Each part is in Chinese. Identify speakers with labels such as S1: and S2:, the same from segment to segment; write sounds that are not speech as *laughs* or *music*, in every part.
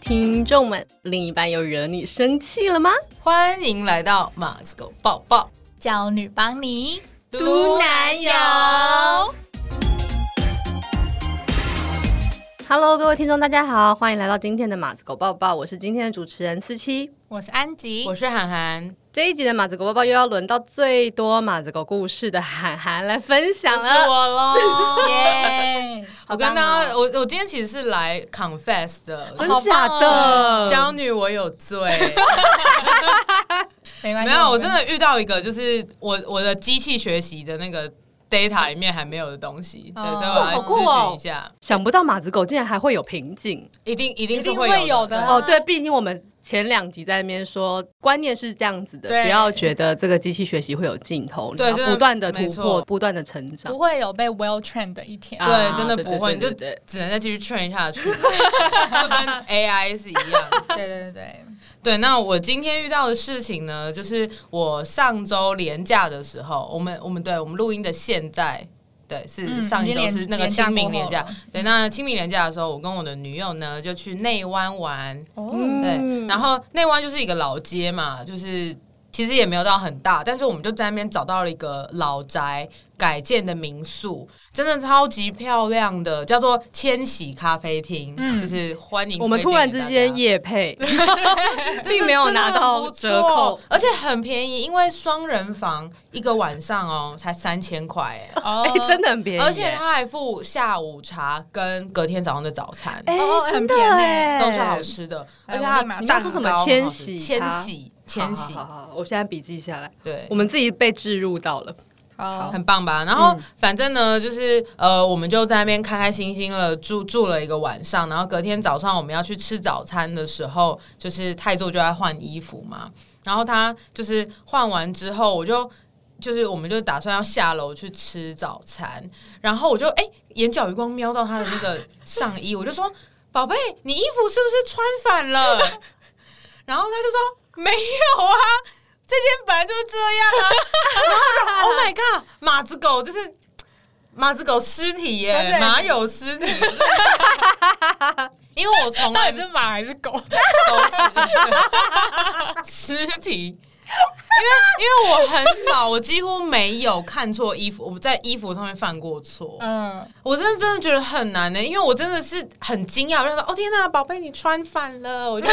S1: 听众们，另一半有惹你生气了吗？
S2: 欢迎来到马子狗抱抱，
S3: 教女帮你
S1: 嘟男友 Hello，各位听众，大家好，欢迎来到今天的马子狗抱抱，我是今天的主持人思琪。
S3: 我是安吉，
S2: 我是涵涵，
S1: 这一集的马子狗抱抱又要轮到最多马子狗故事的涵涵来分享
S2: 是
S1: 了。
S2: 我喽。*laughs*
S3: *laughs* 耶！
S2: 我
S3: 好
S2: 跟
S3: 棒
S2: 大
S3: 哦
S2: 家，我我今天其实是来 confess 的，
S1: 真
S3: 好棒
S1: 假
S3: 哦
S1: 的？
S2: 娇女我有罪，
S3: 没关
S2: 没
S3: 系，
S2: 有，我
S3: 们
S2: 真的遇到一个就是我我的机器学习的那个 data 里面还没有的东西，对，
S3: 哦
S2: 所以我来
S1: 好酷哦
S2: 咨询一下，
S1: 想不到马子狗竟然还会有瓶颈
S2: 一定一定
S3: 一
S2: 是
S3: 定
S2: 会
S3: 会有的啊
S1: 哦！对，毕竟我们前两集在那边说观念是这样子的，
S3: 对
S1: 不要觉得这个机器学习会有尽头，
S2: 对
S1: 你
S2: 真
S1: 要
S2: 的
S1: 不断的
S2: 没
S1: 突
S2: 错
S1: 破，不断的成长
S3: 不。会有被 well trained 的一天
S1: 啊。
S2: 对，真的
S1: 对对
S2: 不会，
S1: 对
S2: 你就
S1: 对对
S2: 只能再继续 train 下去，就 *laughs* 跟 AI 是一样。
S3: 对对对对，
S2: 对，那我今天遇到的事情呢，就是我上周连假的时候，我们我们对我们录音的现在。对，是
S3: 嗯
S2: 上一周
S3: 已经
S2: 是那个
S3: 连假
S2: 清明
S3: 过后
S2: 连假
S3: 了。嗯
S2: 对，那清明连假的时候，我跟我的女友呢就去内湾玩。
S3: 哦，
S2: 对，
S1: 嗯
S2: 然后内湾就是一个老街嘛，就是其实也没有到很大，但是我们就在那边找到了一个老宅改建的民宿，真的超级漂亮的，叫做千禧咖啡厅，
S3: 嗯
S2: 就是欢迎
S1: 我们突
S2: 推荐
S1: 然
S2: 给
S1: 之
S2: 大
S1: 间
S2: 家
S1: 夜配，并没有拿到折扣，，
S2: 而且很便宜，因为双人房一个晚上哦才三千块哎。
S3: 哦
S1: 哎、真的很便宜耶，
S2: 而且他还附下午茶跟隔天早上的早餐，
S1: 哎、
S3: 哦
S1: 真
S3: 很
S1: 的
S3: 便宜
S1: 哎
S2: 都是好。吃的。而且
S3: 哎
S2: 他
S3: 我立马
S1: 你
S2: 蛋
S1: 要
S2: 糕
S1: 说什么
S2: 很好吃
S1: 千禧
S2: 千
S1: 它
S2: 禧千禧
S1: 好，好好好，我现在笔记下来，
S2: 对
S1: 我，们自己被置入到了。
S3: 好，
S2: 很棒吧？然后
S1: 嗯
S2: 反正呢，就是呃，我们就在那边开开心心了住住了一个晚上，然后隔天早上我们要去吃早餐的时候，就是泰座就在换衣服嘛，然后他就是换完之后，我就就是我们就打算要下楼去吃早餐，然后我就哎、眼角余光瞄到他的那个上衣，我就说宝贝，你衣服是不是穿反
S3: *laughs*
S2: 了？然后他就说没有啊。这件本来就是这样啊，Oh my god！马子狗就是马子狗尸体
S3: 真
S2: 耶，
S3: 的
S2: 马有尸
S3: *laughs*
S2: 体。因为我从
S3: 到
S2: 来
S3: 底
S2: 都
S3: 是马还是狗？
S2: 是
S3: *laughs*
S2: 尸体，因为因为我很少，我几乎没有看错衣服，我在衣服上面犯过错。
S3: 嗯，
S2: 我真的真的觉得很难呢、因为我真的是很惊讶，我就说：“哦天哪，宝贝，你穿反了！”我就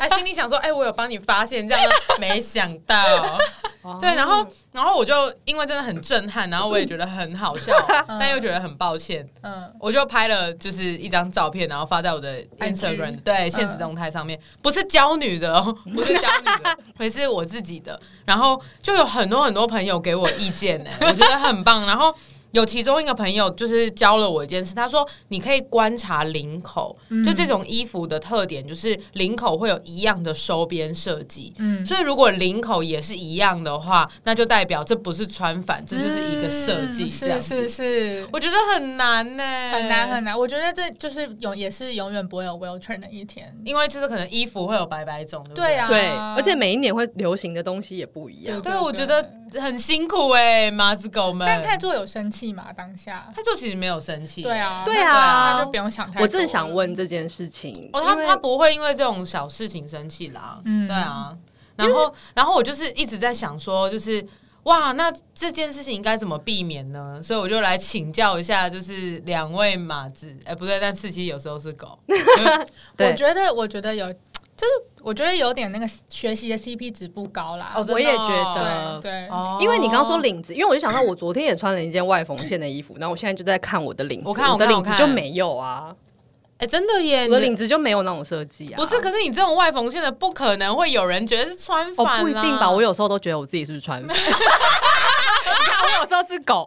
S2: 还心里想说：“哎、我有帮你发现这样吗，没想到。”对，然后然后我就因为真的很震撼，然后我也觉得很好笑，但又觉得很抱歉，
S3: 嗯，
S2: 我就拍了就是一张照片，然后发在我的
S3: IG
S2: Instagram 对现实动态上面，不是教女的
S3: *laughs*
S2: 哦，不是教女的，而是我自己的。然后就有很多很多朋友给我意见呢、欸
S3: *laughs*
S2: 我觉得很棒。然后有其中一个朋友就是教了我一件事，他说你可以观察领口，
S3: 嗯
S2: 就这种衣服的特点就是领口会有一样的收边设计，
S3: 嗯
S2: 所以如果领口也是一样的话，那就代表这不是穿反，这就是一个设计、
S3: 嗯
S2: 这样子
S3: 是是是。
S2: 我觉得很难呢、
S3: 很难很难，我觉得这就是永也是永远不会有 well train 的一天。
S2: 因为就是可能衣服会有白白种，对不对
S3: 对啊
S1: 对，而且每一年会流行的东西也不一样。
S2: 对，我觉得很辛苦哎、马子狗们。
S3: 但泰座有生气嘛？当下，
S2: 他就其实没有生气，
S3: 对，啊，
S1: 对
S3: 那
S1: 啊
S3: 那就不用想太多。
S1: 我正想，问这件事情，
S2: 哦，他
S1: 因为
S2: 他不会因为这种小事情生气啦，
S3: 嗯
S2: 对啊。然后然后我就是一直在想说，就是哇，那这件事情应该怎么避免呢？所以我就来请教一下，就是两位马子，哎、不对，但刺激有时候是狗，
S3: 我
S1: 对，
S3: 觉得我觉得有，就是我觉得有点那个学习的 CP 值不高啦。
S2: 哦真的
S1: 我也觉
S3: 对
S1: 得。
S3: 对，
S2: 哦
S1: *laughs* 因为你刚刚说，领子，因为我就想到我昨天也穿了一件外缝线的衣服，然后我现在就在看我的领子，
S2: 我看我
S1: 的
S2: 看
S1: 领
S2: 我
S1: 子
S2: 看
S1: 就没有啊，
S2: 哎、真的耶，
S1: 我
S2: 你的
S1: 的领子就没有那种设计啊，
S2: 不是，可是你这种外缝线的，不可能会有人觉得是穿
S1: 哦
S2: 反啦。
S1: 不一定吧，我有时候都觉得我自己是不是 *laughs* 穿反，你看我有时候是狗，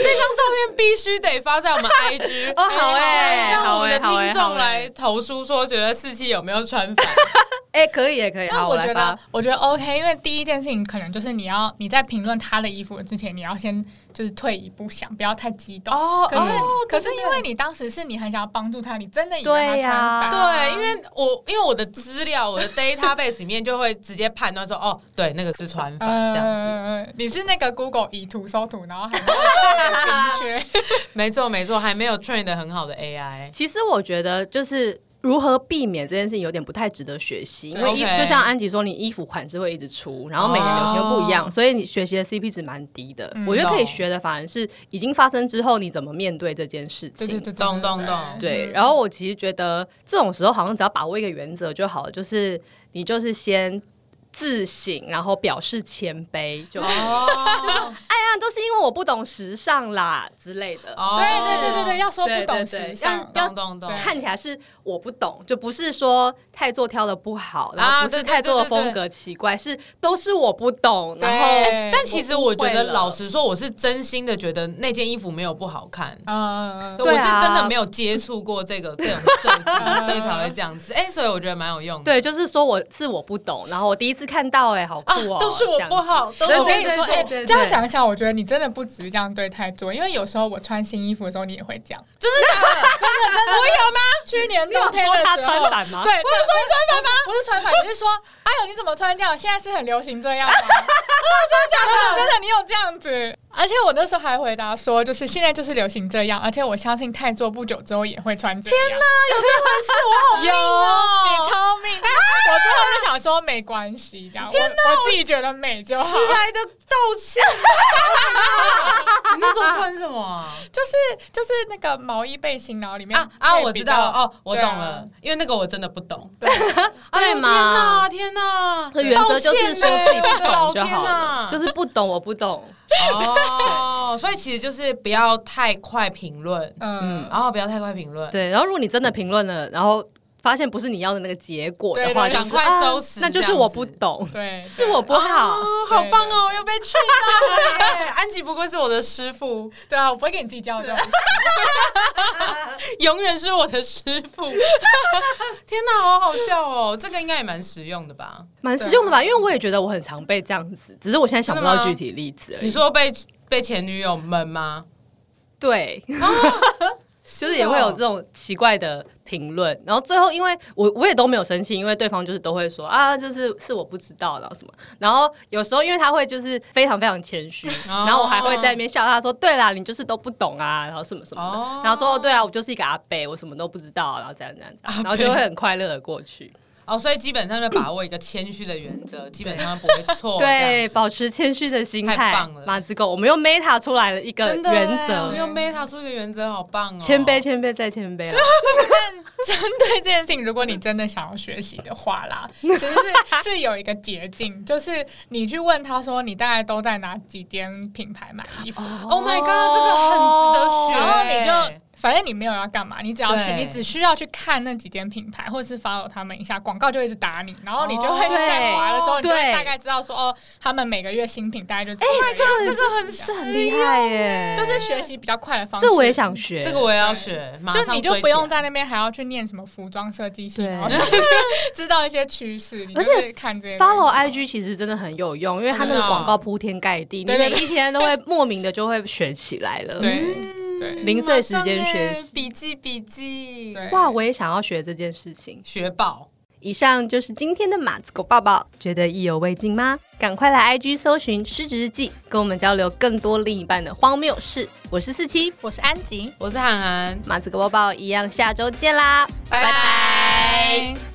S2: 这张照片必须得发在我
S1: *laughs*
S2: 们 IG
S1: 哦好欸
S2: 哎让
S1: 好
S2: 我们的
S1: 欸好欸
S2: 听
S1: 好
S2: 众
S1: 欸
S2: 来投诉说，觉得四期有没有穿
S1: *laughs*
S2: 反？
S1: *laughs* 哎，可以也可以，
S3: 那
S1: 好，
S3: 我
S1: 来
S3: 觉
S1: 吧
S3: 得，，我觉得 OK，因为第一件事情可能就是你要你在评论他的衣服之前，你要先就是退一步想，不要太激动。
S2: 哦
S3: 可是、
S2: 哦
S3: 可
S2: 对
S3: 是
S2: 对
S3: 因为你当时是你很想要帮助他，你真的以为他
S1: 对呀
S3: 穿反
S2: 对，因为我因为我的资料，我的 database 里面就会直接判断说，哦，对，那个是穿
S1: *laughs*
S2: 反
S1: 啊
S2: 这样子，
S3: 呃，你是那个 Google 以图搜图，然后还很精确，
S1: *laughs*
S2: 没错没错，还没有 train 的很好的 AI，
S1: 其实我觉得就是如何避免这件事情有点不太值得学习，因为衣
S2: OK
S1: 就像安吉说，你衣服款式会一直出，然后每年流行又不一
S3: 哦
S1: 样，所以你学习的 CP 值蛮低的。
S3: 嗯
S1: 我觉得可以
S2: 懂
S1: 学的反而是已经发生之后你怎么面对这件事情。
S3: 对对对，
S2: 懂懂懂
S1: 对，然后我其实觉得这种时候好像只要把握一个原则就好了，就是你就是先自省，然后表示谦卑，就哎
S2: *laughs* 哦，
S1: 呀，都是因为我不懂时尚啦之类的。
S2: 哦
S3: 对对对对对，要说
S1: 对对
S3: 不懂
S1: 对
S3: 时尚
S1: 要，
S2: 懂懂懂，
S1: 看起来是我不懂，就不是说太做挑的不好，然
S2: 啊
S1: 后不
S2: 对
S1: 是
S2: 对
S1: 太做的
S2: 对对
S1: 风格奇怪，是都是我不懂，
S3: 对
S1: 然后
S2: 哎但其实我觉
S1: 我误会
S2: 得，
S1: 了
S2: 老实说，我是真心的觉得那件衣服没有不好看。
S3: 嗯，
S1: 对
S2: 我
S1: 啊
S2: 是真的没有接触过这个这种设计，
S3: 嗯
S2: 所以才会这样子。哎、所以我觉得蛮有用的。
S1: 对，就是说我是我不懂，然后我第一次看到、哎，好酷哦、
S2: 啊都是我
S1: 这样
S2: 不
S1: 子，
S2: 好，都
S1: 对
S2: 是
S3: 我跟你
S1: 对
S3: 说，
S1: 对
S3: 哎，
S1: 对
S3: 这样
S1: 对
S3: 想一想，我觉得你真的不只是这样对泰做，因为有时候我穿新衣服的时候，你也会这样。
S2: 真的假的？
S3: 真的真的， *laughs* 我有吗？去年
S1: 你有
S3: 冬天
S1: 说他
S3: 的时候
S1: 穿，反吗？啊
S3: 对，我有说你穿反吗？不是穿反，你是说，哎呦，你怎么穿这样？现在是很流行这样吗？真的真的，你有这样子，而且我那时候还回答说，就是现在就是流行这样，而且我相信泰做不久之后也会穿这样。天
S2: *laughs*
S3: 哪，有这回事？我好命哦，你超命！但我最后就想说，没关系，这样，天哪，我自己觉得美就好。
S2: 来的道歉。你那时候穿什么啊？
S3: 就是就是那个毛衣背心，然后里面
S2: 啊啊！
S3: 会
S2: 我
S3: 哎比
S2: 知道
S3: 较
S2: 哦，我懂了，因为那个我真的不懂。
S3: *laughs* 对，
S2: 哎
S1: 对
S2: 呦
S1: 嘛？
S2: 天哪，
S1: 所以
S2: 天哪！
S1: 原则就是说自己不懂
S2: 道
S1: 就
S2: 歉呢啊
S1: 好了，啊就是不懂我不懂。
S2: 哦，所以其实就是不要太快评论，
S3: 嗯，
S2: 然后不要太快评论。
S1: 对，然后如果你真的评论了，然后发现不是你要的那个结果的话，
S3: 对对
S1: 就是
S2: 赶快收拾
S1: 啊那就是我不懂，
S3: 对，
S1: *laughs* 是我不好。
S2: 哦，
S3: 对
S2: 好棒哦！又被劝 *laughs* 了。安吉不愧是我的师傅，
S3: 对啊，我不会给你计较的。
S2: *laughs* 永远是我的师傅。 *laughs* 天哪，好好笑哦！这个应该也蛮实用的吧？
S1: 蛮实用的吧？因为我也觉得我很常被这样子，只是我现在想不
S2: 真的吗
S1: 到具体例子而
S2: 你
S1: 已。
S2: 说被被前女友闷吗？ *laughs*
S1: 对，哦就是也
S2: 哦
S1: 会有这种奇怪的评论，然后最后因为我我也都没有生气，因为对方就是都会说啊，就是是我不知道，然后什么，然后有时候因为他会就是非常非常谦虚，
S2: 哦
S1: 然后我还会在那边笑他说，对啦，你就是都不懂啊，然后什么什么的，
S2: 哦
S1: 然后说哦对啊，我就是一个阿伯，我什么都不知道，然后这样这样这样，然后就会很快乐的过去，
S2: 哦，所以基本上就把握一个谦虚的原则，基本上不会错。
S1: 对，保持谦虚的心
S2: 太
S1: 态
S2: 棒了，
S1: 马子狗，我们又 meta 出来了一
S2: 这
S1: 个
S2: 样子真的
S1: 原
S2: 欸我
S1: 则
S2: 们，用 meta 出一个原则，好棒哦！
S1: 谦卑，谦卑再谦卑啊了。
S3: 针对这件事情，如果你真的想要学习的话啦，
S2: 嗯
S3: 其实是 *laughs* 是有一个捷径，就是你去问他说你大概都在哪几间品牌买衣服，
S2: Oh my god，这个很值得学。
S3: 然后你就。反正你没有要干嘛，你只要去，
S2: 对
S3: 你只需要去看那几间品牌，或者是 follow 他们一下，广告就会一直打你，然后你就会
S2: 哦
S3: 在滑的时候，
S1: 对
S3: 你就会大概知道说哦，他们每个月新品大概就哎，
S2: 这个很
S1: 这很厉害耶！
S3: 就是学习比较快的方式。
S1: 这我也想学，
S2: 这个我也要学，马上
S3: 就你就不
S2: 追起
S3: 用
S2: 来
S3: 在那边还要去念什么服装设计系，
S1: 对
S3: 然后知道一些趋势，你就
S1: 而且
S3: 是看这些
S1: follow
S3: 东西
S1: IG 其实真的很有用，因为它那
S2: 真
S1: 个
S2: 的哦
S1: 广告铺天盖地，你
S3: 对对
S1: 每
S3: 对
S1: 一天都会莫名的就会学起来了。
S3: 对对
S1: 零碎时间学
S2: 嗯马上耶笔记笔记，
S3: 对
S1: 哇，我也想要学这件事情。
S2: 学宝。
S1: 以上就是今天的马子狗抱抱，觉得意犹未尽吗？赶快来 IG 搜寻失职日记，跟我们交流更多另一半的荒谬事。我是四七，
S3: 我是安吉，
S2: 我是涵涵，
S1: 马子狗抱抱一样，下周见啦，
S2: 拜拜
S3: 拜。